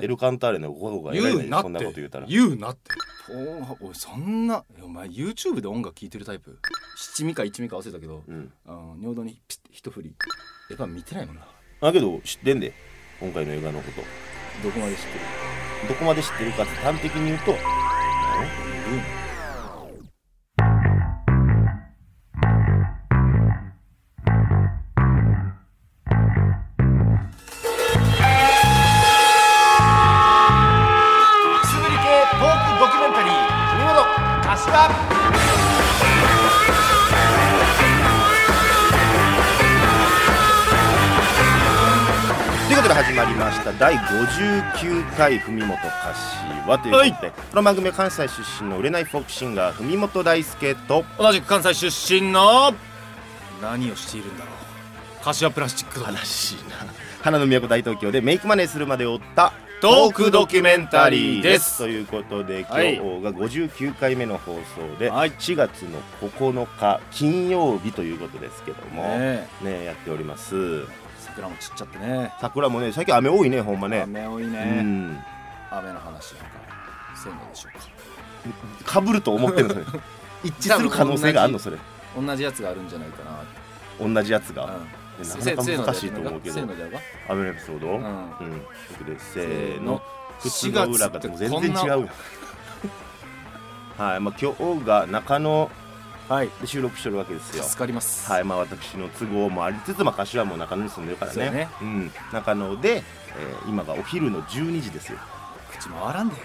エルカンターレのゴロが偉言いうねなそんなっこと言てうたら言うなっておおいそんなお前 YouTube で音楽聴いてるタイプ七味か一味か忘れたけど、うんあの尿道にピッて一振りエヴァ見てないもんなだけど知ってんで今回の映画のことどこまで知ってるどこまで知ってるかって端的に言うとくすぶり系トークドキュメンタリー「海物柏」ということで始まりました第59回文元柏ということで、この番組は関西出身の売れないフォークシンガー文元大輔と同じく関西出身の何をしているんだろう柏プラスチックだ悲しいな 花の都大東京でメイクマネーするまで追ったトークドキュメンタリーですということで今日はいが59回目の放送で、はい4月の9日金曜日ということですけどもねねえやっております桜も散っちゃってね桜もね最近雨多いねほんまね雨多いうね、ん雨の話なんかせんのでしょうかかぶると思って るのそれ一致する可能性があるのそれ同じやつがあるんじゃないかな同じやつが、うでんなせかなせーかの難しいと思うけせーどのでやろうか雨のエピソード、うせーのでやろうんかうんということでせーの4口の裏が月ってもう全然違うやん こんなはいまあ、今日が中野はいで収録してるわけですよ助かりますはいまあ私の都合もありつつ、まあ、柏も中野に住んでるからそうねやねうん、中野で、えー今がお昼の12時ですよ口回らんで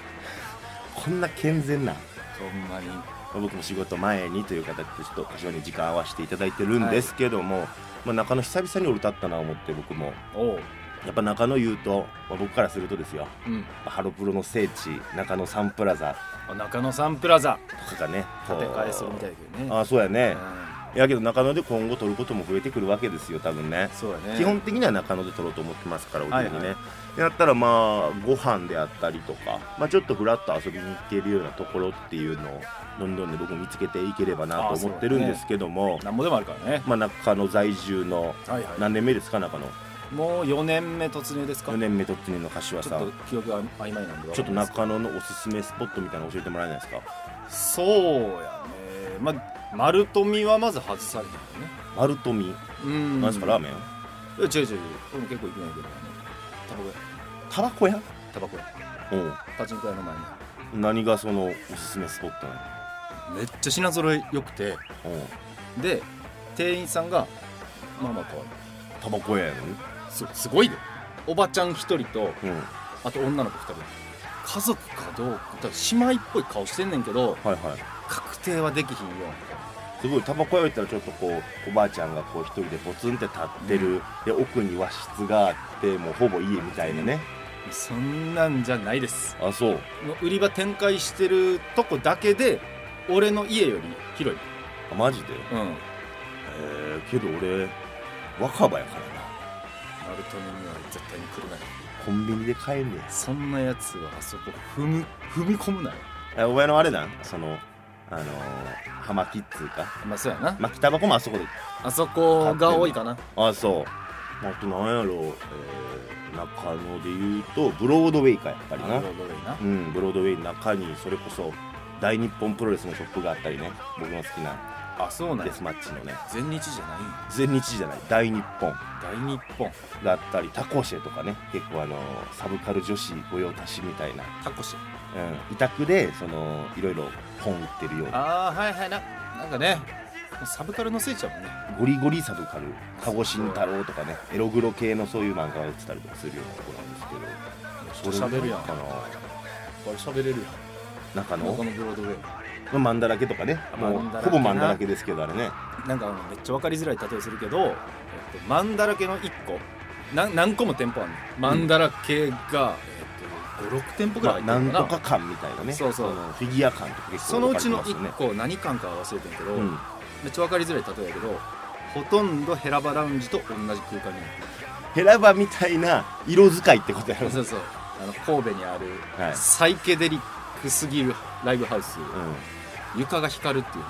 こんな健全なほんまに僕も仕事前にという形でちょっと柏に時間合わせていただいてるんですけども、まあ、中野久々に降り立ったな思って僕もおうやっぱ中野言うと、まあ、僕からするとですようんハロプロの聖地中野サンプラザあ中野サンプラザとかがねこ建うて替えするみたいだけどねああそうやね、うやけど中野で今後取ることも増えてくるわけですよ多分ねん、そうやね基本的には中野で取ろうと思ってますからお昼にね、はいはでなったらまあご飯であったりとか、まあ、ちょっとふらっと遊びに行けるようなところっていうのをどんどんね僕も見つけていければなと思ってるんですけども、なんぼでもあるからねまあ、中野在住のはいは何年目ですか中野いもう4年目突入ですか4年目突入の柏ちさょっとん記憶が曖昧なんでわかんないですちょっと中野のおすすめスポットみたいなの教えてもらえないですかそうやねまあ丸富はまず外されへんよね丸富うん何ですかラーメンいや違う違う違う俺も結構行くんやけどねタバコ屋タバコ屋タバコ屋おうパチンコ屋の前に何がそのおすすめスポットなめっちゃ品揃え良くてのおうで店員さんがまあまあ可愛いタバコ屋やのにすすごいねおばちゃん一人とうんあと女の子二人家族かどうか多分姉妹っぽい顔してんねんけはどいはい確定はできひんよすごいタバコ屋行ったらちょっとこうおばあちゃんがこう一人でポツンって立ってる、で奥に和室があってもうほぼ家みたいなねそんなんじゃないですあそうもう売り場展開してるとこだけで俺の家より広いあマジでうんえー、けど俺若葉やからなナルトには絶対に来るなよコンビニで買えんねんそんなやつはあそこ踏む踏み込むなよえお前のあれなんそのあのー、葉巻っつうかまあそうやな巻きタバコもあそこであそこが多いかなあそうまああとなんやろう、えー、中野で言うとブロードウェイかやっぱりなるなほどなうんブロードウェイの中にそれこそ大日本プロレスのショップがあったりね僕の好きなあそうなんデやスマッチのね全日じゃないんや全日じゃない大日本大日本だったりタコシェとかね結構あのサブカル女子御用達みたいな、タコシうん、委託でそのいろいろ本売ってるようなああはいはいななんかねサブカルの聖地やもんねゴリゴリサブカル鹿児慎太郎とかねエログロ系のそういう漫画が売ってたりとかするようなとこなんですけどちょっと喋るやんそれもいいかこれ喋れるよな中ここ野のブロードウェのマンだらけとかねもうマンダラケほぼマンだらけですけどあれねイなんかあのめっちゃ分かりづらい例えするけど、えっと、マンだらけの1個なん何個も店舗あるのマンだらけが、えっと、56店舗ぐらまあいな入ってんるのとかなか感みたいなねそうそうのフィギュア感とか結構そのうちの置かれてま1すよね個何館かは忘れてんけど、うんめっちゃ分かりづらい例えやけどほとんどヘラバラウンジと同じ空間になってヘラバみたいな色使いってことやろるそうそうあの神戸にあるはいサイケデリックすぎるライブハウス、うん床が光るっていう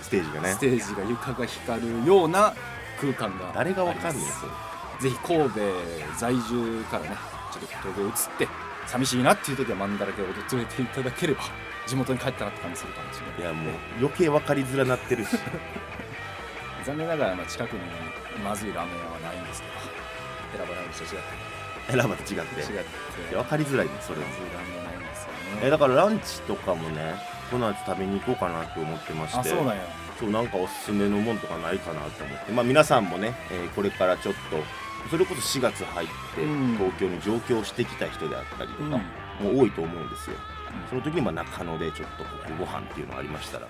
ステージがねステージが床が光るような空間が誰がわかんねあえそれりますぜひ神戸在住からねちょっと東京移って寂しいなっていう時はマンダラケを訪れていただければ地元に帰ったなって感じするかもしれないいやもう余計分かりづらなってる し残念ながらまあ近くにまずいラーメン屋はないんですけど選ばない人違って選ばず違って違っいてや分かりづらいねそまれずはいラーメン屋ないんですよえねだからランチとかもねこの後食べに行こうかなって思ってましてあそうなんやそうなんかおすすめのもんとかないかなと思って、まあ、皆さんもね、えーこれからちょっとそれこそ4月入ってうん東京に上京してきた人であったりとうんか、もう多いと思うんですよその時にまあ中野でちょっとここご飯っていうのありましたら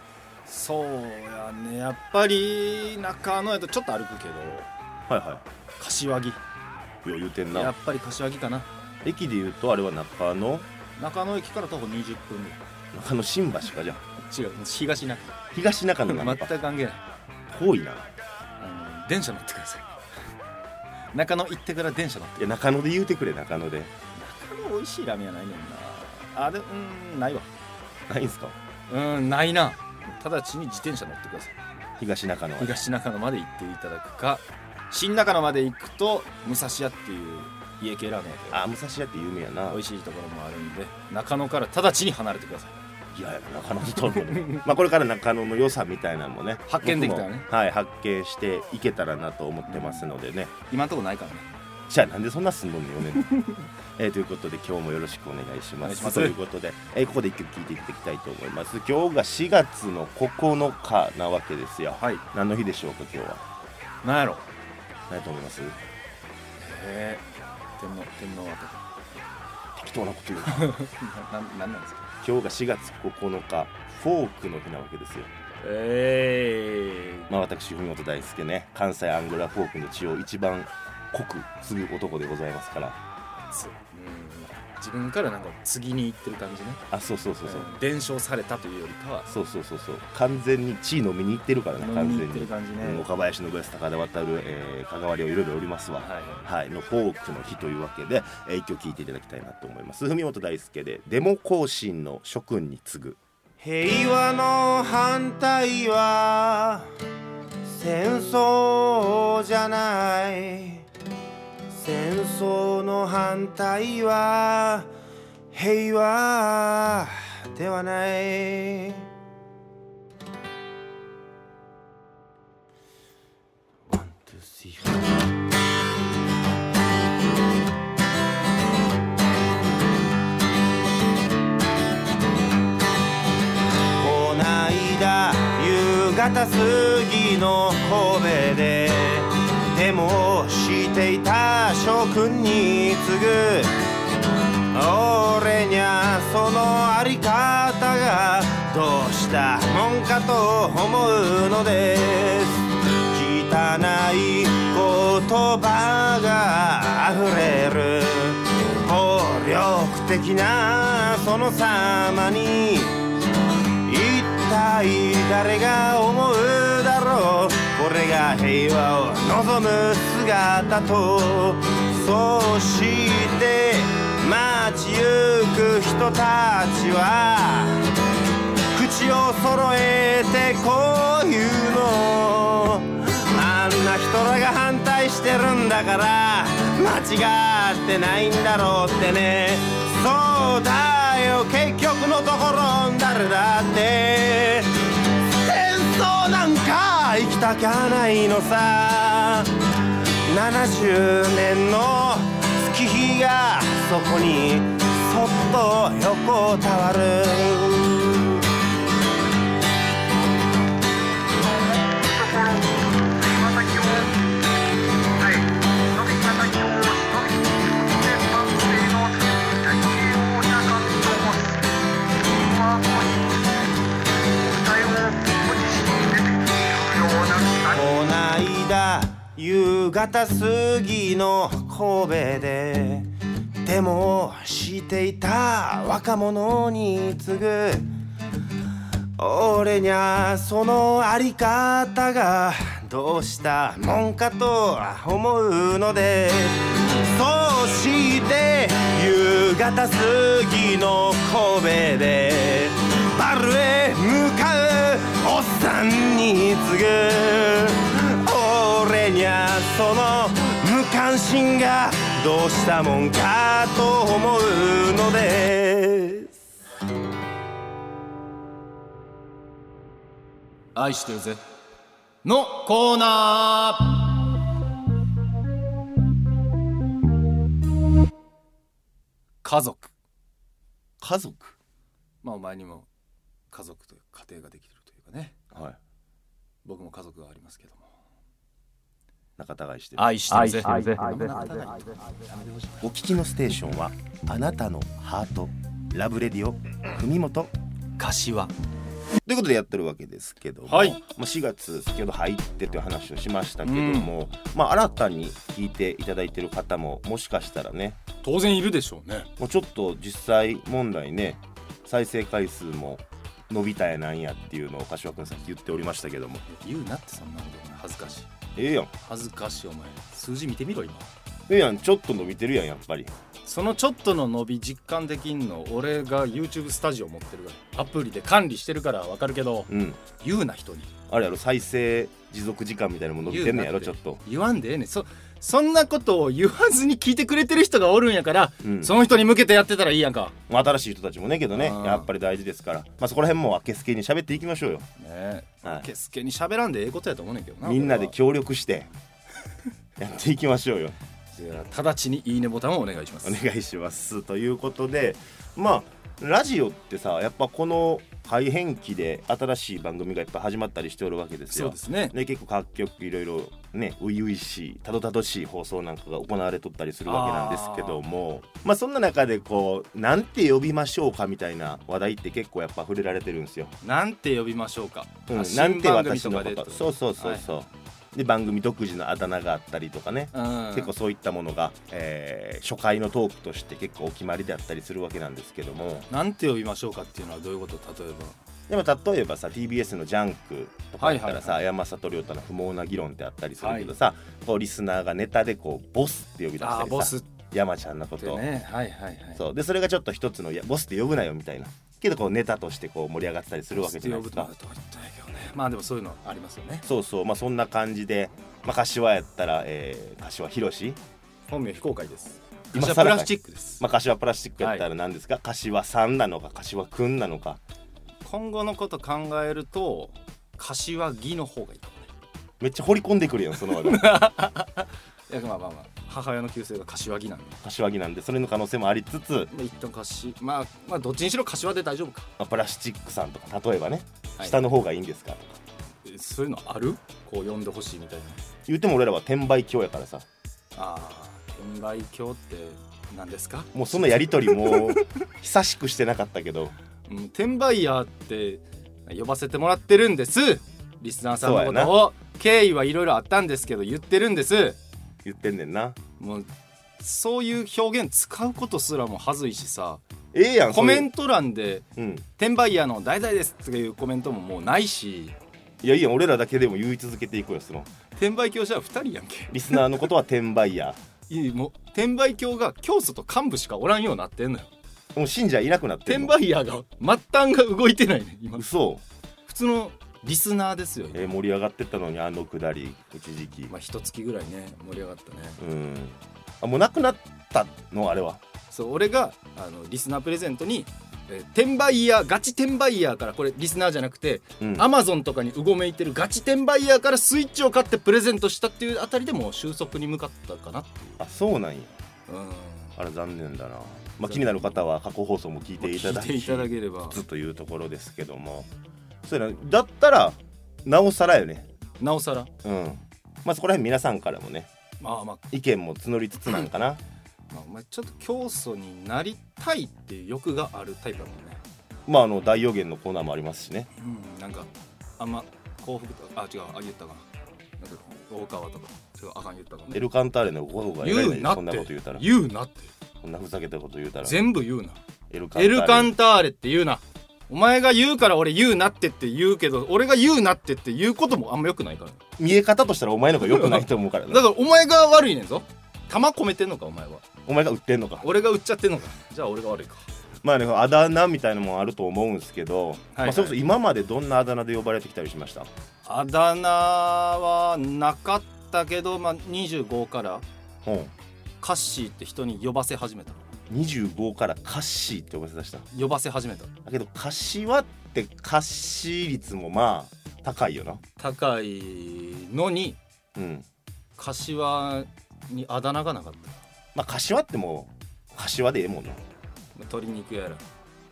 そうやねやっぱり中野やとちょっと歩くけどはいは柏木い余裕てんやっなぱり柏木かな駅でいうとあれは中野中野駅から徒歩20分ぐらい中野新橋かじゃあ違う東中東中野な野の全かく関係ない遠いなあの電車乗ってください中野行ってから電車乗っていや中野で言うてくれ中野で中野美味しいラーメンはないねんなあでうんないわないんすかうんないな直ちに自転車乗ってください東中野は東中野まで行っていただくか新中野まで行くと武蔵屋っていう家系ラーメン屋あ武蔵屋って有名やなで美味しいところもあるんで中野から直ちに離れてくださいいや中野に飛ぶの まあこれから中野の良さみたいなのもね発見できたらね僕もはい発見していけたらなと思ってますのでね、今んとこないからねじゃあなんでそんなすんのんよね えーということで今日もよろしくお願いしおま願いすしますということで、えーここで一曲聴いていただきたいと思います今日が4月の9日なわけですよ、はい何の日でしょうか今日はなんやろ何だと思いますえー、天皇天皇は適当なこと言うなななんなんですか今日が4月9日フォークの日なわけですよえまあ私文本大輔ね関西アングラフォークの血を一番濃く継ぐ男でございますからつうん自分からなんか次に行ってる感じねあそうそうそうそう、うん伝承されたというよりかはそうそうそうそう完全に地位飲みに行ってるからな飲完みに全行ってにる感じねうん岡林信康高田渡る、えー、香川亮いろいろおりますわははいいのフォークの日というわけで、えー、一曲聴いていただきたいなと思います文本大輔で「デモ行進の諸君に次ぐ平和の反対は戦争じゃない戦争の反対は平和ではないワン・ツー・スリー・フォーこないだ夕方過ぎの神戸でデモをしていた諸君に次ぐ俺にゃそのあり方がどうしたもんかと思うのです汚い言葉が溢れる暴力的なその様に一体誰が思うだろうこれが平和を望む姿とそうして街行く人たちは口を揃えてこういうのあんな人らが反対してるんだから間違ってないんだろうってねそうだよ結局のところ誰だって戦争なんか生きたきゃないのさ70年の月日がそこにそっと横たわるこないだ夕方過ぎの神戸でデモをしていた若者に次ぐ俺にゃそのあり方がどうしたもんかと思うのでそうして夕方過ぎの神戸でバルへ向かうおっさんに次ぐ俺にゃその無関心がどうしたもんかと思うのです愛してるぜのコーナー家族家族まあお前にも家族という家庭ができてるというかねはい僕も家族がありますけども仲違いしてる愛してるぜお聞きのステーションはあなたのハートラブレディオ文元柏ということでやってるわけですけども、はいまあ、4月先ほど入ってという話をしましたけども、まあ、新たに聞いていただいてる方ももしかしたらね当然いるでしょうねもうちょっと実際問題ね再生回数も伸びたやなんやっていうのを柏君さっき言っておりましたけども言うなってそんなことお前恥ずかしいええやんえ恥ずかしいお前数字見てみろ今えやんちょっと伸びてるやんやっぱりそのちょっとの伸び実感できんの俺が YouTube スタジオ持ってるからアプリで管理してるからわかるけどうん言うな人にあれやろ再生持続時間みたいなのも伸びてんねやろちょっと言わんでええねんそそんなことを言わずに聞いてくれてる人がおるんやから、うんその人に向けてやってたらいいやんかまあ新しい人たちもねけどねあーやっぱり大事ですから、まあ、そこら辺もあけすけに喋っていきましょうよねえ、はいけすけに喋らんでええことやと思うねんけどなみんなで俺協力してやっていきましょうよはじゃあ直ちにいいねボタンをお願いしますお願いしますということでまあラジオってさやっぱこの改変期で新しい番組がいっぱい始まったりしておるわけですそうよですねね、結構各局いろいろね初々しいたどたどしい放送なんかが行われとったりするわけなんですけどもまあそんな中でこうなんて呼びましょうかみたいな話題って結構やっぱ触れられてるんですよ。なんて呼びましょうか、うん、なあんて新番組私とのかこでとそうそうそうそう、で番組独自のあだ名があったりとかね、うん、結構そういったものが、えー初回のトークとして結構お決まりであったりするわけなんですけどもなんて呼びましょうかっていうのはどういうこと例えばでも例えばさ TBS の「ジャンク」とかだったらさ、はい山里亮太の不毛な議論ってあったりするけどさ、こうリスナーがネタでこうボスって呼び出しあたあボりさスって山ちゃんのことを、ねはいはいはいそうでそれがちょっと一つのいや「ボスって呼ぶなよ」みたいなけどこうネタとしてこう盛り上がってたりするわけじゃないですか必要。物とは言ってないけどねまあでもそういうのはありますよねそうそうまあそんな感じで、まあ、柏やったら、えー、柏ひろし、本名非公開です今私は更かプいラスチックです、まあ、柏プラスチックやったら何ですか、柏さんなのか柏くんなのか今後のこと考えると柏木の方がいいかもねめっちゃ掘り込んでくるやんその話 題いやまあまあまあ母親の旧姓が柏木なんで、柏木なんでそれの可能性もありつつ、まあ、一旦柏まあまあどっちにしろ柏で大丈夫かまあ、プラスチックさんとか例えばね、はい下の方がいいんですかとかえそういうのあるこう呼んでほしいみたいな言っても俺らは転売業やからさああ転売協って何ですか、もうそのやり取り も久しくしてなかったけどうん、転売ヤーって呼ばせてもらってるんですリスナーさんのこそうやなとを経緯はいろいろあったんですけど言ってるんです言ってんねんなもうそういう表現使うことすらも恥ずいしさええやんコメントト欄でうん「転売ヤーの題材です」っていうコメントももうないしいやいいやん俺らだけでも言い続けていこうよその転売教者は2人やんけリスナーのことは転売やいやもう転売教が教祖と幹部しかおらんようになってんのよもう信者いなくなってん転の売ヤーが末端が動いてないね今嘘 普通のリスナーですよ今えー盛り上がってったのにあのくだり一時期まあ一月ぐらいね盛り上がったねうんあもうなくなったのあれはそう俺があのリスナープレゼントに、えー転売ヤーガチ転売ヤーからこれリスナーじゃなくてうんアマゾンとかにうごめいてるガチ転売ヤーからスイッチを買ってプレゼントしたっていうあたりでもう収束に向かったかなっていあそうなんやう、うんまあら残念だな、まあ、気になる方は過去放送も聞いあていただ聞いてきいただければつつというところですけどもそうやなだったらなおさらよねなおさらうんまあそこら辺皆さんからもねまあま意見も募りつつなんかなあ、まあ、お前ちょっと教祖になりたいっていう欲があるタイプだもんねまああの大予言のコーナーもありますしねうんなんかあんま幸福とかあ違うあ言ったかななんか大川とか違うあかん言ったかエなルカンターレのことが偉い言のうになっそてんなこと言うたら言うなってこんなふざけたこと言うたら全部言うなエルカンエルターカレンターレって言うなお前が言うから俺言うなってって言うけど俺が言うなってって言うこともあんまよくないから見え方としたらお前の方が良くないと思う からだなからお前が悪いねんぞ玉込めてんのかお前はお前が売ってんのか俺が売っちゃってんのかじゃあ俺が悪いかまあねあだ名みたいなもんあると思うんですけど、いはいまあ、それこそ今までどんなあだ名で呼ばれてきたりしましたあだ名はなかったけど、まあ、25からうんカッシーって人に呼ばせ始めた25からカッシーって覚え出したの呼ばせ始めただけど柏ってカッシー率もまあ高いよな高いのにうん柏にあだ名がなかったまあ柏ってもう柏でええもんな鶏肉やら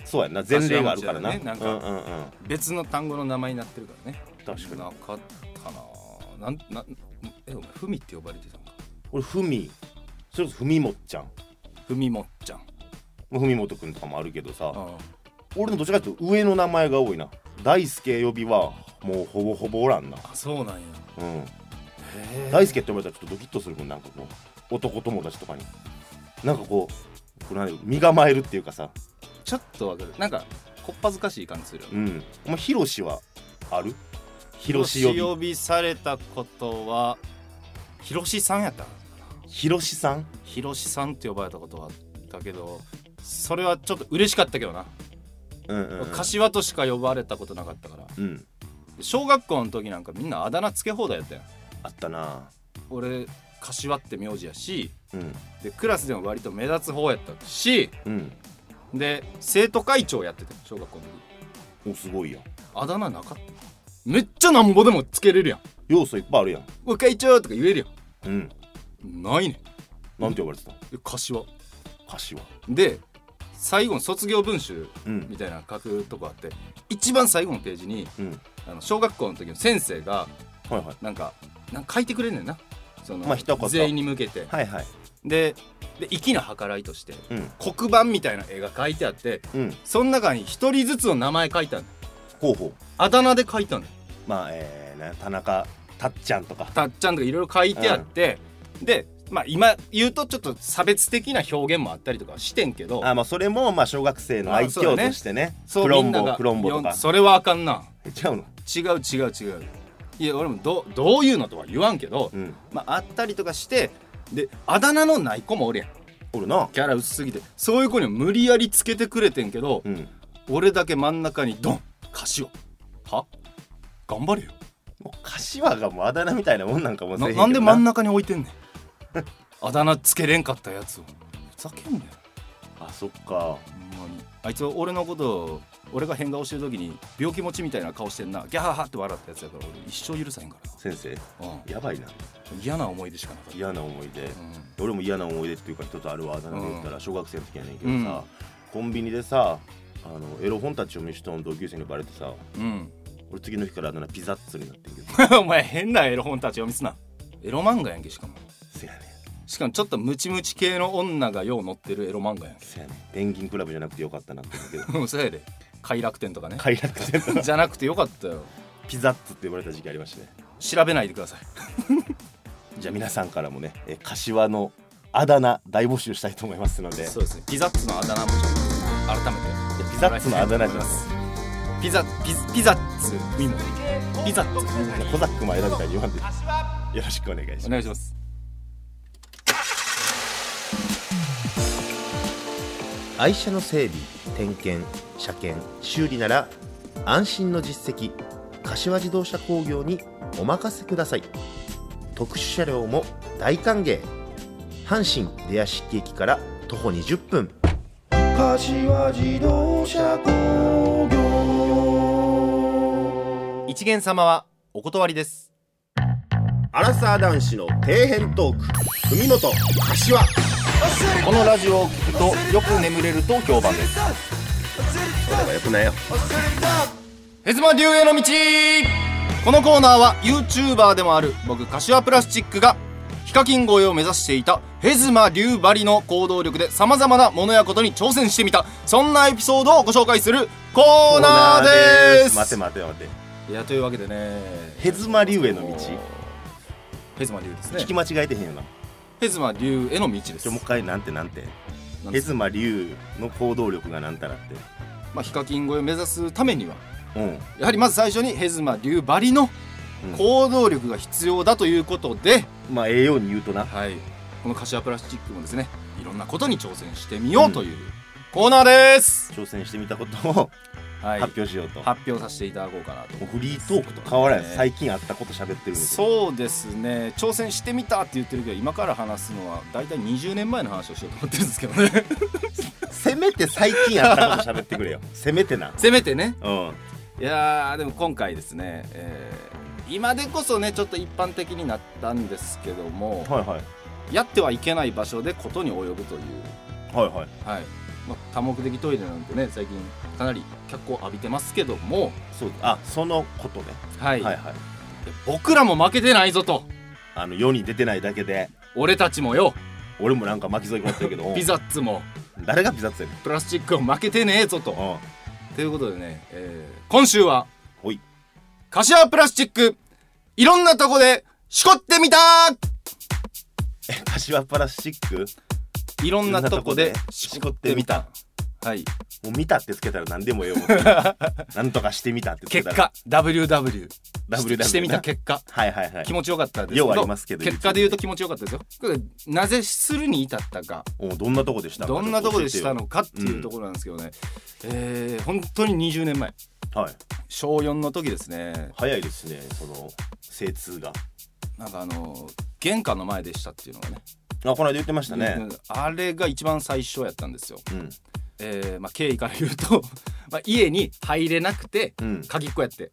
そうやんな前例があるからな,、柏餅やねなんうかんうんうん別の単語の名前になってるからね確かになかったななんなんえお前ふみって呼ばれてたのか俺ふみそれこそふみもっちゃんふみもっちゃんふみもとくんとかもあるけどさあ俺のどっちかっていうと上の名前が多いな大輔呼びはもうほぼほぼおらんなあそうなんやうんへ大輔って呼ばれたらちょっとドキッとするもんなんかこう男友達とかになんかこうこれ何身構えるっていうかさちょっとわかるなんかこっぱずかしい感じするよねうんお前ヒロシはあるヒロシ呼び広びされたことは広しさんやったヒロシさん広しさんって呼ばれたことはあったけどそれはちょっと嬉しかったけどな、うんうんうん柏としか呼ばれたことなかったからうん小学校の時なんかみんなあだ名つけ放題やったやんあったな俺柏って名字やしうんでクラスでも割と目立つ方やったしうんで生徒会長やってて小学校の時おすごいやんあだ名なかっためっちゃなんぼでもつけれるやん要素いっぱいあるやん「おい会長」とか言えるうんやんないねなんて呼ばれてたのんえ柏柏で最後の卒業文集うんみたいなの書くとこあって一番最後のページにうんあの小学校の時の先生がはいはいなんかなんか書いてくれんねんなその、まあ一言全員に向けてはいはいでで粋な計らいとしてうん黒板みたいな絵が書いてあってうんその中に一人ずつの名前書いたの候補あだ名で書いたのまあえー、な田中たっちゃんとかたっちゃんとかいろいろ書いてあって、でまあ今言うとちょっと差別的な表現もあったりとかはしてんけどあまあそれもまあ小学生の愛嬌としてねそうクロみんンなボがクロンボとよかんそれはあかんなえ違うの違う違う違ういや俺もどどういうのとは言わんけど、うんまああったりとかしてであだ名のない子もおるやんおるなキャラ薄すぎてそういう子には無理やりつけてくれてんけど、うん俺だけ真ん中にドン歌詞をは頑張れよもう柏がもうあだ名みたいなもんなんかもせえなへんけどなんで真ん中中に置いてんねんあだ名つけれんかったやつをふざけんなよあそっかほんまにあいつは俺のことを俺が変顔してる時に病気持ちみたいな顔してんなギャハハって笑ったやつやから俺一生許さへんか先生らな、やばいなうん、嫌な思い出しかなかった、嫌な思い出う俺も嫌な思い出っていうか一つあるわあだ名で言ったうら小学生の時やねんけどさ、コンビニでさあのエロ本たちを見せたの同級生にバレてさん俺次の日からあだ名ピザッツになってんけ どうん、 お前変なエロ本たち読みすなエロ漫画やんけしかもせやねんしかもちょっとムチムチ系の女がよう乗ってるエロ漫画やんけせやねんペンギンクラブじゃなくてよかったなって思うけどうん そうやで快楽天とかね快楽天とか じゃなくてよかったよピザッツって呼ばれた時期ありましたね調べないでくださいじゃあ皆さんからもね、えー柏のあだ名大募集したいと思いますので、そうですねピザッツのあだ名もちょっと改めてピザッツのあだ名じゃん。ピザピザピザッツミモピザッツコザックマエラみたいに言わんで。よろしくお願いしますお。願いします愛車の整備点検車検修理なら安心の実績柏自動車工業にお任せください特殊車両も大歓迎阪神出屋敷駅から徒歩20分柏自動車工業一元様はお断りですアラサー男子の底辺トーク文元柏このラジオを聞くとよく眠れると評判ですだからよくないよヘズマ流への道このコーナーは YouTuber でもある僕柏プラスチックがヒカキン越えを目指していたヘズマ流張りの行動力で様々なものやことに挑戦してみたそんなエピソードをご紹介するコーナーです待て待て待て。いやというわけでねヘズマ竜への道ヘズマ流です聞きね間違えてへんよな。ヘズマ流への道でちすょもう一回なんてなんて。なんヘですズマ竜の行動力がなんたらって。まあヒカキン越えを目指すためにはうん。やはりまず最初にヘズマ流張りのうん行動力が必要だということで、まあ栄養に言うとな。はい、この柏プラスチックもですねいろんなことに挑戦してみようというコーナーです、挑戦してみたことをはい発表しようと、発表させていただこうかなともうフリートークと変わらない、ね最近あったこと喋ってるんですよそうですね挑戦してみたって言ってるけど今から話すのは大体20年前の話をしようと思ってるんですけど ねせめて最近あったこと喋ってくれ よせめてなせめてねうんいやーでも今回ですね、えー今でこそねちょっと一般的になったんですけども、はいはいやってはいけない場所でことに及ぶという、はいはいはいまあ、多目的トイレなんてね最近かなり脚光浴びてますけども、そうあそのことね、はいはいはい僕らも負けてないぞとあの世に出てないだけで俺たちもよ俺もなんか巻き添え食らってるけ どピザッツもうん誰がピザっつってんプラスチックも負けてねえぞと。のということでね、えー今週はほい柏プラスチックいろんなとこでしこってみたうん柏プラスチックいろんなとこでししここっっててみみたたはいもう見たってつけたら何でもええよ なんとかしてみたってつけた結ら果 WW ダブルダブルなしてみた結果はいはいはい気持ちよかったですけようどありますけど結果で言うと気持ちよかったですよこれなぜするに至ったかおどんなとこでしたどんなとこでしたのかって教えていようところなんですけどね、えー本当に20年前はい小4の時ですね早いですねその精通がなんかあの玄関の前でしたっていうのがねあこの間言ってましたねあれが一番最初やったんですようんえーまあ、経緯から言うと まあ家に入れなくてうん鍵っ子やって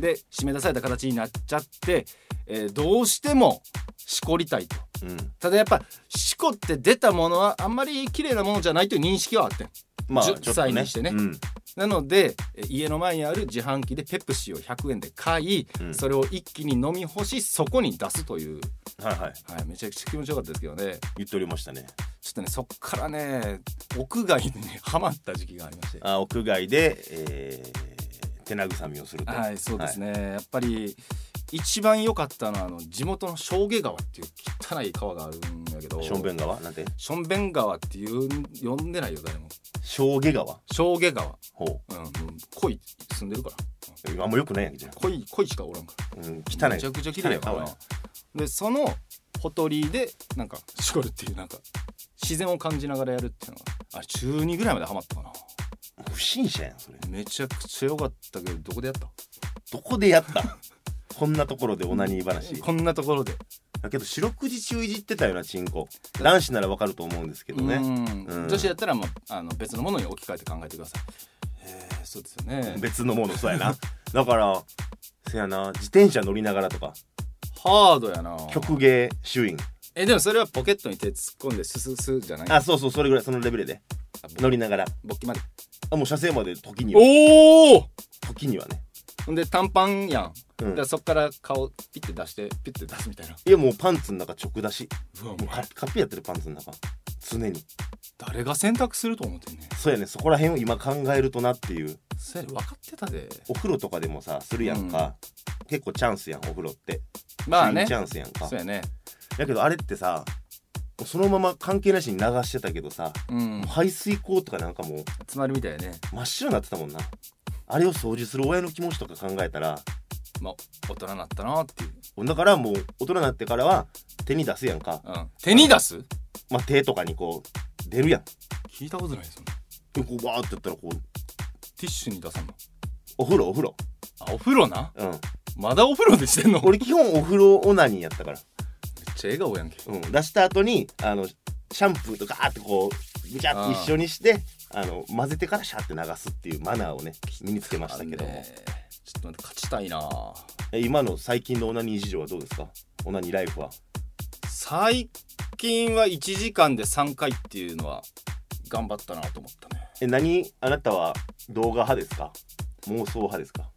で締め出された形になっちゃって、えーどうしてもしこりたいとうんただやっぱしこって出たものはあんまり綺麗なものじゃないという認識はあってんまあちょっ10とね歳にしてねうんなのでえー家の前にある自販機でペプシを100円で買い、うんそれを一気に飲み干しそこに出すという、はいはいはい、めちゃくちゃ気持ちよかったですけどね言っておりましたねちょっとねそっからね屋外にねハマった時期がありましてあ屋外で、えー手慰みをするとはい、そうですね、やっぱり一番良かったのはあの地元の小下川っていう汚い川があるんだけどはいションベン川なんてションベン川っていう呼んでないよ誰も小下川小下川ほうん、うん、鯉住んでるからうあんまよくないやんけじゃん、鯉鯉しかおらんかうん、汚らいめちゃくちゃ綺麗やか汚いらでそのほとりでなんか絞るっていうなんか自然を感じながらやるっていうのがあれ中2ぐらいまでハマったかな不審者やんそれめちゃくちゃ良かったけどどこでやったどこでやった こんなところでオナニー話こんなところでだけど四六時中いじってたようなチンコ男子ならわかると思うんですけどねう、うんん女子やったらもうあの別のものに置き換えて考えてください。へえそうですよね。別のものそうやなだからせやな自転車乗りながらとかハードやな。曲芸主員えでもそれはポケットに手突っ込んですすすじゃない。あそうそうそれぐらいそのレベルで乗りながら勃起まで。あもう車線まで時にはおお。時にはね、ほんで短パンやん。うだかんら、そっから顔ピッて出してピッて出すみたいな。いやもうパンツの中直出しうわもうカッカッピやってるパンツの中常に誰が選択すると思ってんねん。そうやねそこら辺を今考えるとなっていうそれ分かってたで。お風呂とかでもさするやんか、結構チャンスやんお風呂ってまあねチ。ャンスやんかそうやね。だけどあれってさそのまま関係なしに流してたけどさうん。排水口とかなんかもう集まるみたいやね。真っ白になってたもんなあれを掃除する親の気持ちとか考えたらまあ大人になったなっていう。だからもう大人になってからは手に出すやんか、うん。手に出す？まあ、手とかにこう出るやん聞いたことないですよ。でこうバーってやったらこうティッシュに出さんの。お風呂お風呂あお風呂な。うんまだお風呂でしてんのめっ俺基本お風呂オナニーやったから、ちゃ笑顔やんけうん、出した後にあのシャンプーとかーってこうぐちゃって一緒にしてあの混ぜてからシャーって流すっていうマナーをね身につけましたけども、ねちょっと待って勝ちたいなえ今の最近のオナニー事情はどうですかオナニーライフは最近は1時間で3回っていうのは頑張ったなと思ったねえ何あなたは動画派ですか妄想派ですか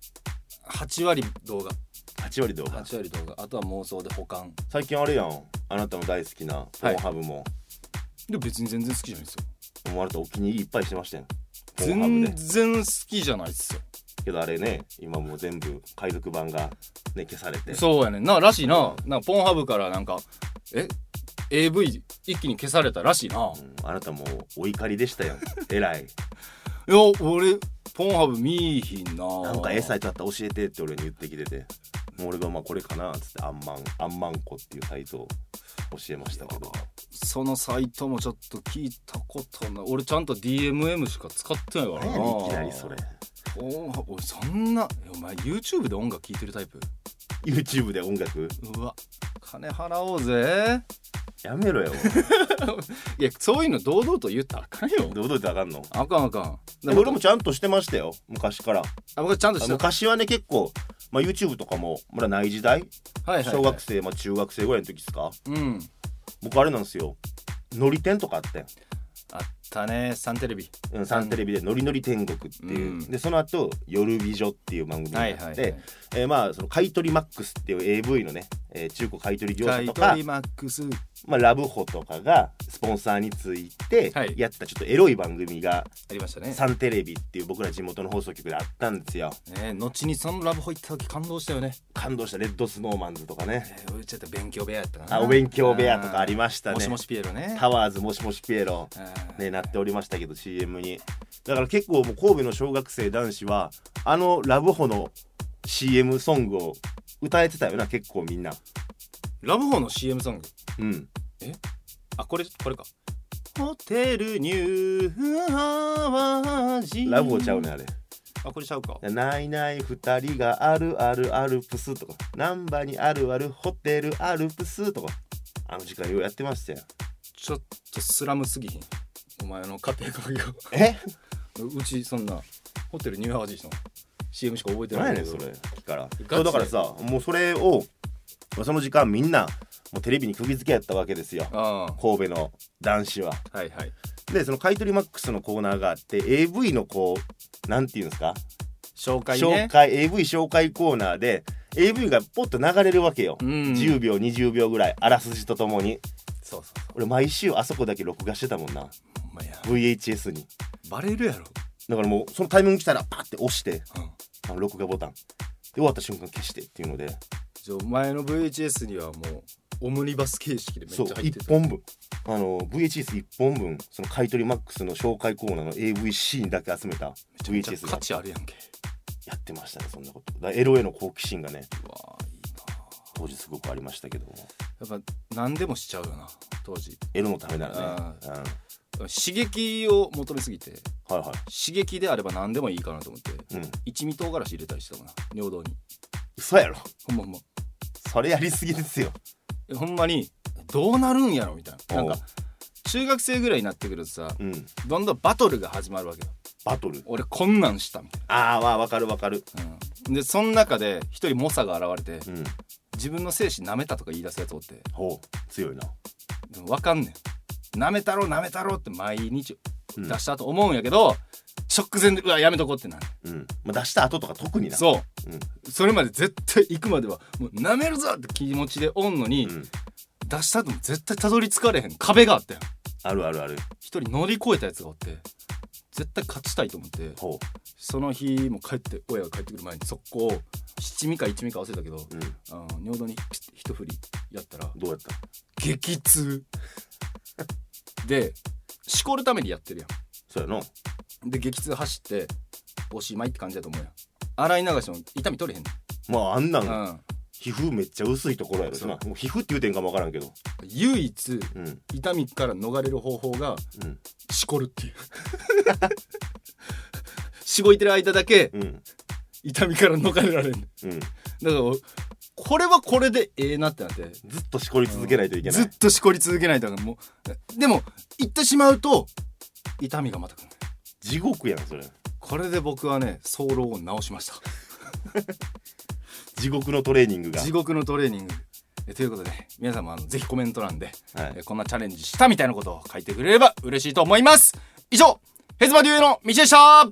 8割動画8割動画8割動画あとは妄想で保管最近あれやんあなたの大好きなポンハブも、でも別に全然好きじゃないですよもうあなたお気に入りいっぱいしてましたよポンハブ全で然好きじゃないっすよけどあれね今もう全部海賊版がね消されてそうやねんならしいななんかポンハブからなんかえ AV 一気に消されたらしいなうんあなたもうお怒りで したよえらいいや俺ポンハブ見いひんななんか絵サイトあったら教えてって俺に言ってきててもう俺がまあこれかなっつってあんまんあんまんこっていうサイトを教えましたけどそのサイトもちょっと聞いたことない俺ちゃんと DMM しか使ってないから何やなねんいきなりそれおおそんなお前 YouTube で音楽聴いてるタイプ YouTube で音楽うわ金払おうぜやめろよいやそういうの堂々と言ったらあかんよ堂々とあかんのあかんあかんでも俺もちゃんとしてましたよ昔からあ僕ちゃんとしてた昔はね結構、まあ、YouTube とかもまだない時代はいはいはい小学生、まあ、中学生ぐらいの時ですかうん僕あれなんですよのり天とかあってんあったねサンテレビうんサンテレビで「のりのり天国」っていう、うんでその後夜美女」っていう番組があって、はいはいはいえーまあその買取マックスっていう AV のね、えー中古買取業者買といか取り、マックスあまあ、ラブホとかがスポンサーについてはいやったちょっとエロい番組がりましたねサンテレビっていう僕ら地元の放送局であったんですよね後にそのラブホ行った時感動したよね感動したレッドスノーマンズとかねえー俺ちょっと勉強部屋やったかなあお勉強部屋とかありましたねもしもしピエロねタワーズもしもしピエロあーねなっておりましたけど CM にだから結構もう神戸の小学生男子はあのラブホの CM ソングを歌えてたよな結構みんなラブホの CM ソングうんあこれこれかホテルニューアワジラブホちゃうねあれあこれちゃうかないない二人があるあるアルプスとか難波にあるあるホテルアルプスとかあの時間ようやってましたよちょっとスラムすぎひんお前の家庭環境 えうちそんなホテルニューハワジーの CM しか覚えて何なやねいけんどそれからチでそうだからさもうそれをまあその時間みんなもうテレビに釘付けやったわけですよあ神戸の男子はあはいはいでその買取マックスのコーナーがあって AV のこうなんていうんですか紹介ね紹介 AV 紹介コーナーで AV がポッと流れるわけよ、うん10秒20秒ぐらいあらすじとともにそうそうそ俺毎週あそこだけ録画してたもんなうお前や VHS にバレるやろ、だからもうそのタイミング来たらパッて押してうん、あの録画ボタンで終わった瞬間消してっていうのでじゃあお前の VHS にはもうオムニバス形式でめっちそゃう入って1た本分あの VHS1 本分その買取マックスの紹介コーナーの AV シーンだけ集めためちゃめち VHS ゃが価値あるやんけやってましたねそんなことだからエロへの好奇心がねうわーいい当時すごくありましたけどもなやっぱ何でもしちゃうよな当時エロのためならあね、うん、はい刺激を求めすぎては刺激であれば何でもいいかなと思っていうん一味唐辛子入れたりしたもんな尿道に嘘やろほんまほんまそれやりすぎですよえほんまにどうなるんやろみたいななんおうか中学生ぐらいになってくるとさうんどんどんバトルが始まるわけよバトル俺こんなんしたみたいああまあわかるわかるな、うん、でその中で一人猛者が現れてうん自分の精子舐めたとか言い出すやつおってほう強いなでも分かんねん舐めたろ舐めたろって毎日うん出したと思うんやけど、直前でうわやめとこうってなるうん、まあ、出した後とか特にな、そうううそれまで絶対行くまではもう舐めるぞって気持ちでおんのに、んうん、出した後も絶対たどり着かれへん壁があったよあるあるある一人乗り越えたやつがおって絶対勝ちたいと思ってほその日も帰って親が帰ってくる前に速攻七味か一味か忘れたけど、う、うん、あの尿道にピッて一振りやったらどうやった激痛でしこるためにやってるやそうやのんで激痛走っておしまいって感じだと思うやん洗い流しても痛み取れへんまああんなんの、うん、皮膚めっちゃ薄いところやろしなもう皮膚って言うてんかもわからんけど唯一うん痛みから逃れる方法がうんしこるっていう しごいてる間だけうん痛みから逃れられんうんだからこれはこれでええなってなってずっとしこり続けないといけない、ずっとしこり続けないとあかんもうでも行ってしまうと痛みがまた来る地獄やんそれこれで僕はね早漏を直しまし地獄のトレーニングたが地獄のトレーニングえということで皆さんもあのぜひコメント欄で、はいえこんなチャレンジしたみたいなことを書いてくれれば嬉しいと思います以上ヘズマデュエの道でした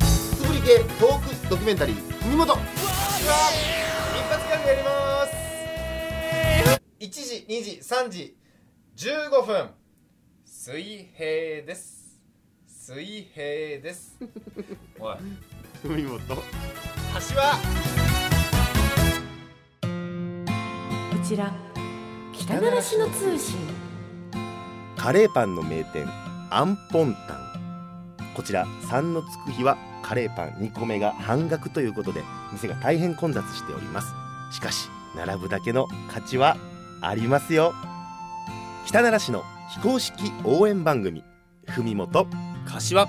つぶり系トークドキュメンタリー「国本」一発ギャグやります1時2時3時15分水平です水平ですおい海本橋はこちら北ならしの通信カレーパンの名店アンポンタンこちら3のつく日はカレーパン2個目が半額ということで店が大変混雑しておりますしかし並ぶだけの価値はありますよ北奈良市の非公式応援番組「ふみもと柏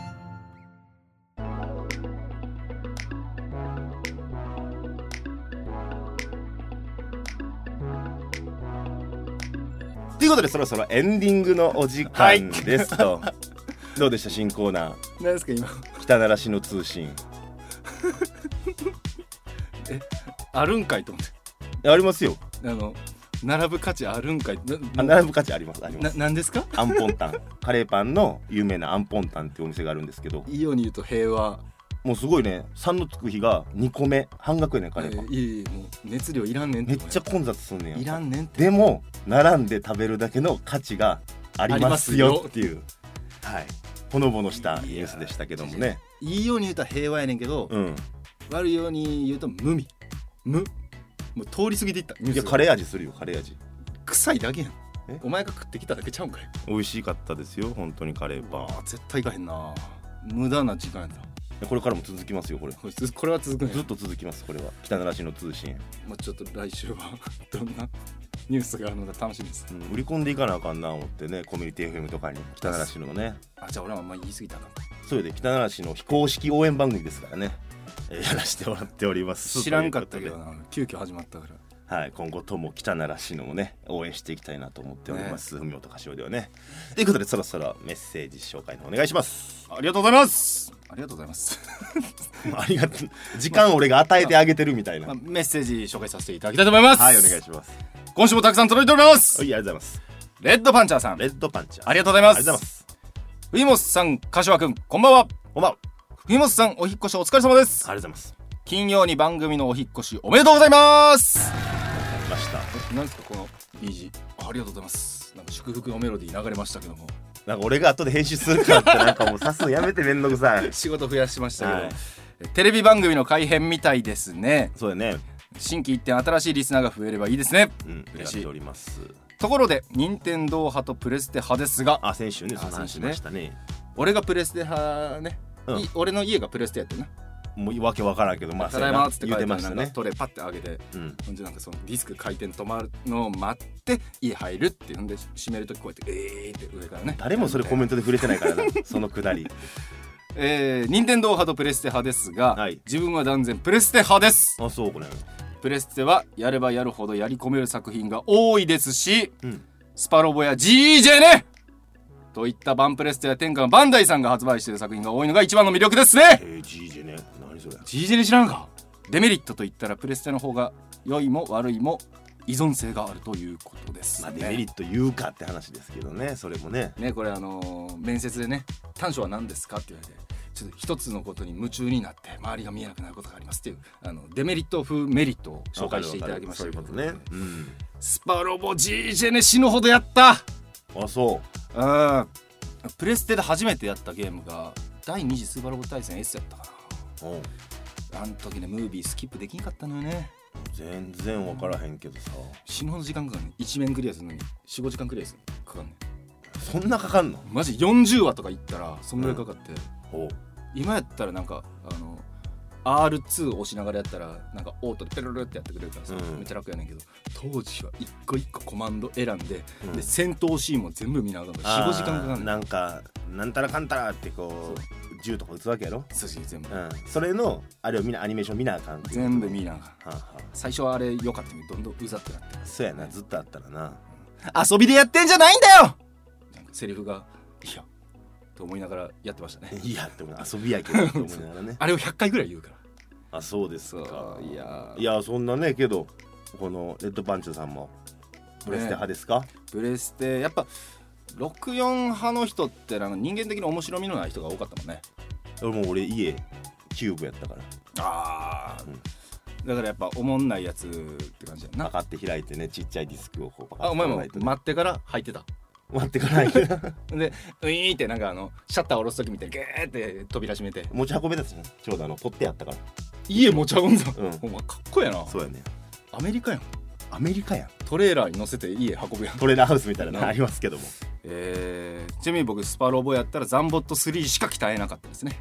いうことでそろそろエンディングのお時間ですと、どうでした新コーナー何ですか今北ならしの通信あるんかいと思ってありますよあの並ぶ価値あるんかいあなな並ぶ価値ありますありまなすなんですかアンポンタン カレーパンの有名なアンポンタンっていうお店があるんですけどイオンに言うと平和もうすごいね3のつく日が2個目半額やねんカレーパン、えーいえいえもう熱量いらんねんめっちゃゃ混雑すんねんやいらんねんってでも並んで食べるだけの価値がありますよっていうはいほのぼのしたニュースでしたけどもねいいように言うと平和やねんけど、うん悪いように言うと無味無もう通り過ぎていったいやカレー味するよカレー味臭いだけやんえお前が食ってきただけちゃうんかい美味しかったですよ本当にカレーパあ絶対行かへんな無駄な時間やったンこれからも続きますよこれこれつこれは続くねずっと続きますこれは北ならしの通信、まあ、ちょっと来週は どんなニュースがあるのか楽しみですうん売り込んでいかなあかんな思ってねコミュニティ FM とかに北ならしのねあじゃあ俺はあんま言い過ぎたなそれで北ならしの非公式応援番組ですからねえーやらせてもらっております 知らんかったけどというこな急遽始まったかとらではい、今後とも北ならしのもね応援していきたいなと思っております文本柏ではねということでそろそろメッセージ紹介のお願いしますありがとうございますありがとうございます、 ありがとう時間俺が与えてあげてるみたいな まあ、はいメッセージ紹介させていただきたいと思いますお願いしますはい今週もたくさん届いておりますありがとうございますレッドパンチャーさんレッドパンチャーありがとうございますありがとうございます藤本さん柏くんこんばんはこんばんは藤本さんお引っ越しお疲れ様ですありがとうございます金曜に番組のお引っ越しおめでとうございますありました何ですかこの BG ありがとうございますなんか祝福のメロディー流れましたけどもなんか俺が後で編集するからってなんかもうさすのやめてめんどくさい仕事増やしましたけど、はいテレビ番組の改編みたいですねそうだね新規一点新しいリスナーが増えればいいですねうん嬉嬉しいしいおりますところで任天堂派とプレステ派ですがあ先週ねあその話し先週ねましたね俺がプレステ派ね、うんい俺の家がプレステやってなもうわけわからんけどまあ「ただいま」っつって言書ういてまてなんしたかねトレパッて上げてうんほんでなんかそのディスク回転止まるのを待って家入るってほんで閉めるときこうやってえーって上からね誰もそれコメントで触れてないからな そのくだりえー任天堂派とプレステ派ですが、はい自分は断然プレステ派ですあそうこれプレステはやればやるほどやり込める作品が多いですし、うんスパロボや GJ ねといったバンプレステや天下のバンダイさんが発売している作品が多いのが一番の魅力ですねえー、GJ ね何それ GJ に知らんかデメリットといったらプレステの方が良いも悪いも依存性があるということです、ねまあデメリット言うかって話ですけどねそれもねねこれあのー面接でね「短所は何ですか?」って言われてちょっと一つのことに夢中になって周りが見えなくなることがありますっていうあのデメリット風メリットを紹介していただきましたわけかるどわかるそういうことねスパロボ GJ ね死ぬほどやったうんあそううんプレステで初めてやったゲームが第二次スーパーロボ対戦 S やったかうんなあの時ねムービースキップできんかったのよね全然わからへんけどさ死ぬほど時間かかるね一面クリアするのに45時間クリアするのにかかんねそんなかかんのマジ40話とかいったらそんぐらいかかって、お今やったらなんかあの R2 押しながらやったらなんかオートでペロロってやってくれるからさ、うんめっちゃ楽やねんけど当時は一個一個コマンド選んで,、うんで戦闘シーンも全部見ながら45時間かかあーるねんなんかなんたらかんたらってこう銃とか撃つわけやろそうそう全部、うんそれのあれをみんなアニメーション見なあかんっていう全部見ながらはあは最初はあれ良かったけどどんどんうざってなってあそうやなずっとあったらな 遊びでやってんじゃないんだよなんかセリフが「いや」と思いながらやってましたねいいやって思う遊びやけどって思いながら ねあれを100回ぐらい言うからあそうですかいやいやそんなねけどこのレッドパンチョさんもプレステ派ですか、プレステやっぱ64派の人ってなんか人間的に面白みのない人が多かったもんね俺もう俺家キューブやったからああ、だからやっぱおもんないやつって感じやんパなカって開いてねちっちゃいディスクをこうパカッあおて前も開いてね待ってから入ってた待ってかないけど でウィーンってなんかあのシャッター下ろす時みたいにゲーって扉閉めて持ち運べたしねちょうどあの取ってやったから家持ち運んだ、うんお前かっこやなそうやねアメリカやんアメリカやんトレーラーに乗せて家運ぶやんトレーラーハウスみたいなうんのありますけどもえー、ちなみに僕スパロボやったらザンボット3しか鍛えなかったですね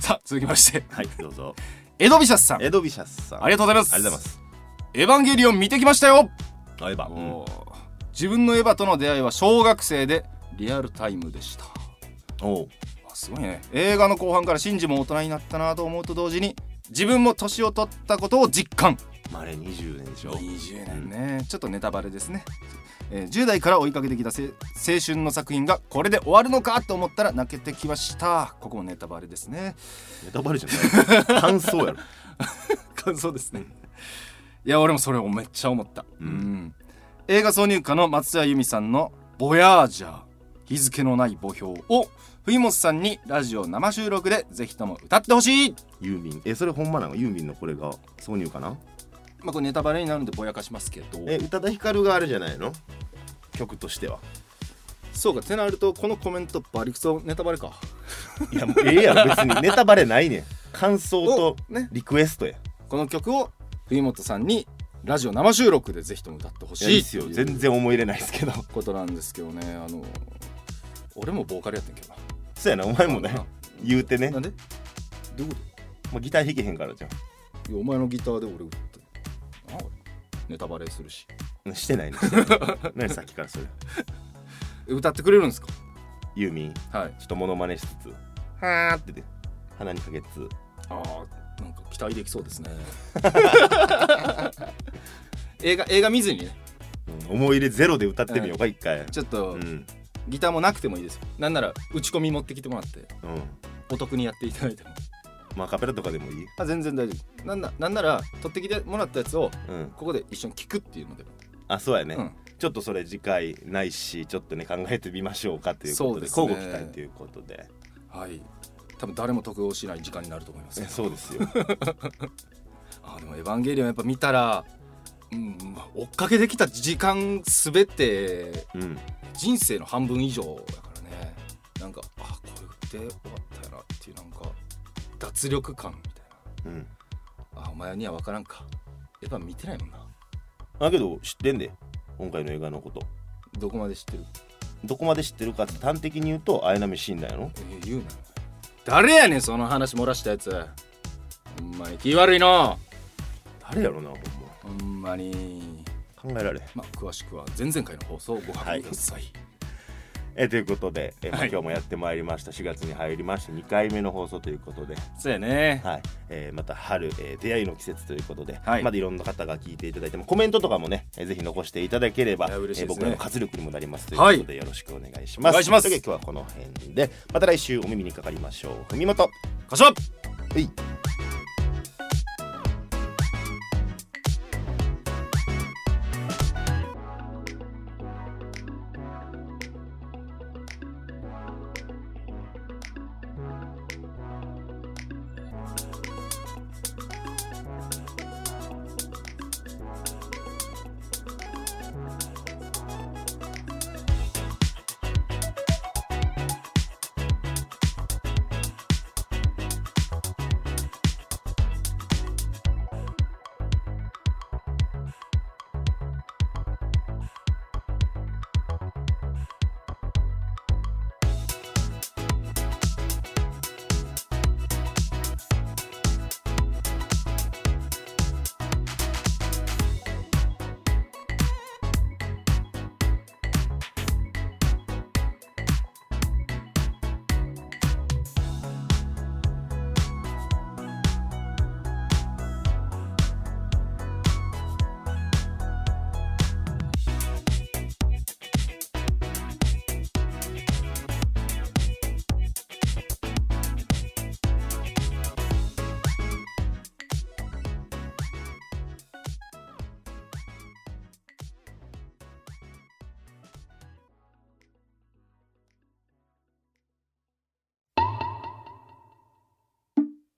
さあ続きましてはいどうぞエドビシャスさ んエドビシャスさんありがとうございますありがとうございますエヴァンゲリオン見てきましたよあエヴァおー自分のエヴァとの出会いは小学生でリアルタイムでしたおうあすごいね映画の後半からシンジも大人になったなと思うと同時に自分も年を取ったことを実感まあ、あれ20年でしょ20年ねちょっとネタバレですね、えー10代から追いかけてきたせ青春の作品がこれで終わるのかと思ったら泣けてきましたここもネタバレですねネタバレじゃない感想やろ感想ですねいや俺もそれをめっちゃ思った、うん映画挿入歌の松田由美さんの「ボヤージャー日付のない墓標」を冬本さんにラジオ生収録でぜひとも歌ってほしいユーミンえそれほんまなのユーミンのこれが挿入かなまあこれネタバレになるんでぼやかしますけどえ宇多田ヒカルがあるじゃないの曲としてはそうかてなるとこのコメントバリクソネタバレかいやもうええやろ別 にネタバレないねん感想とおねリクエストや、この曲を冬本さんにラジオ生収録でぜひとも歌ってほしいいやいいっすよ全然思い入れないです けどことなんですけどねあの俺もボーカルやってんけどそうやなお前もねな言うてねな、んでどういうこまあ、ギター弾けへんからじゃといやお前のギターで俺歌ってるな俺ネタバレするしんして ないねしてない何さっきからそれえ歌ってくれるんですかユーミンちはいょっとモノマネしつつはーってで鼻にかけつつああなんか期待できそうですね 映画映画見ずにねうん思い入れゼロで歌ってみようか一回ちょっと、うんギターもなくてもいいですよなんなら打ち込み持ってきてもらってうんお得にやっていただいてもまあアカペラとかでもいいあ全然大丈夫なんななんなら取ってきてもらったやつをうんここで一緒に聞くっていうのであそうやね、うんちょっとそれ次回ないしちょっとね考えてみましょうかということでそう交ですね互期待ということではい多分誰も得をしない時間になると思いますえそうですよあでも「エヴァンゲリオン」やっぱ見たら、うん、まあ追っかけてきた時間すべてうん人生の半分以上だからねなんかあこれで終わったよなっていうなんか脱力感みたいうんなあお前には分からんかやっぱ見てないもんなだけど知ってんで今回の映画のことどこまで知ってるどこまで知ってるかって端的に言うと綾波死んだやろえ言うなよ誰やねんその話漏らしたやつほんまに気悪いな誰やろなほんほんまにま考えられへんまあ詳しくは前々回の放送をご確認ください、えということでえ、まあはい今日もやってまいりました4月に入りまして2回目の放送ということで、そうやねはいえーまた春、えー出会いの季節ということで、はいまだいろんな方が聞いていただいてもコメントとかもね、えーぜひ残していただければ、いや嬉しいえーですね僕らの活力にもなりますということで、よろしくお願いしますお願いしまとすいうわけで今日はこの辺でまた来週お耳にかかりましょう文元柏はい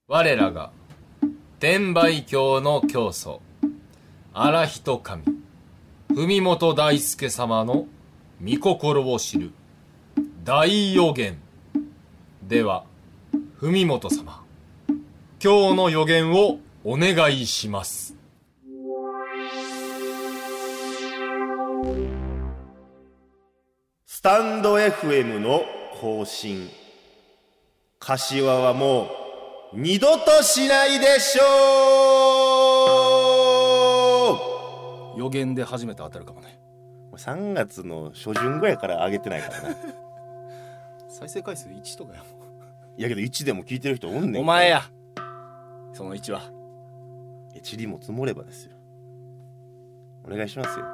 我らが天売教の教祖荒人神文本大輔様の御心を知る大予言では文本様今日の予言をお願いしますスタンド FM の更新柏はもう二度としないでし ょ予言で初めて当たるかもねう3月の初旬ぐらいから上げてないからない再生回数1とかやもやけど1でも聞いてる人おんねんんお前やその1は塵も積もればですよお願いしますよ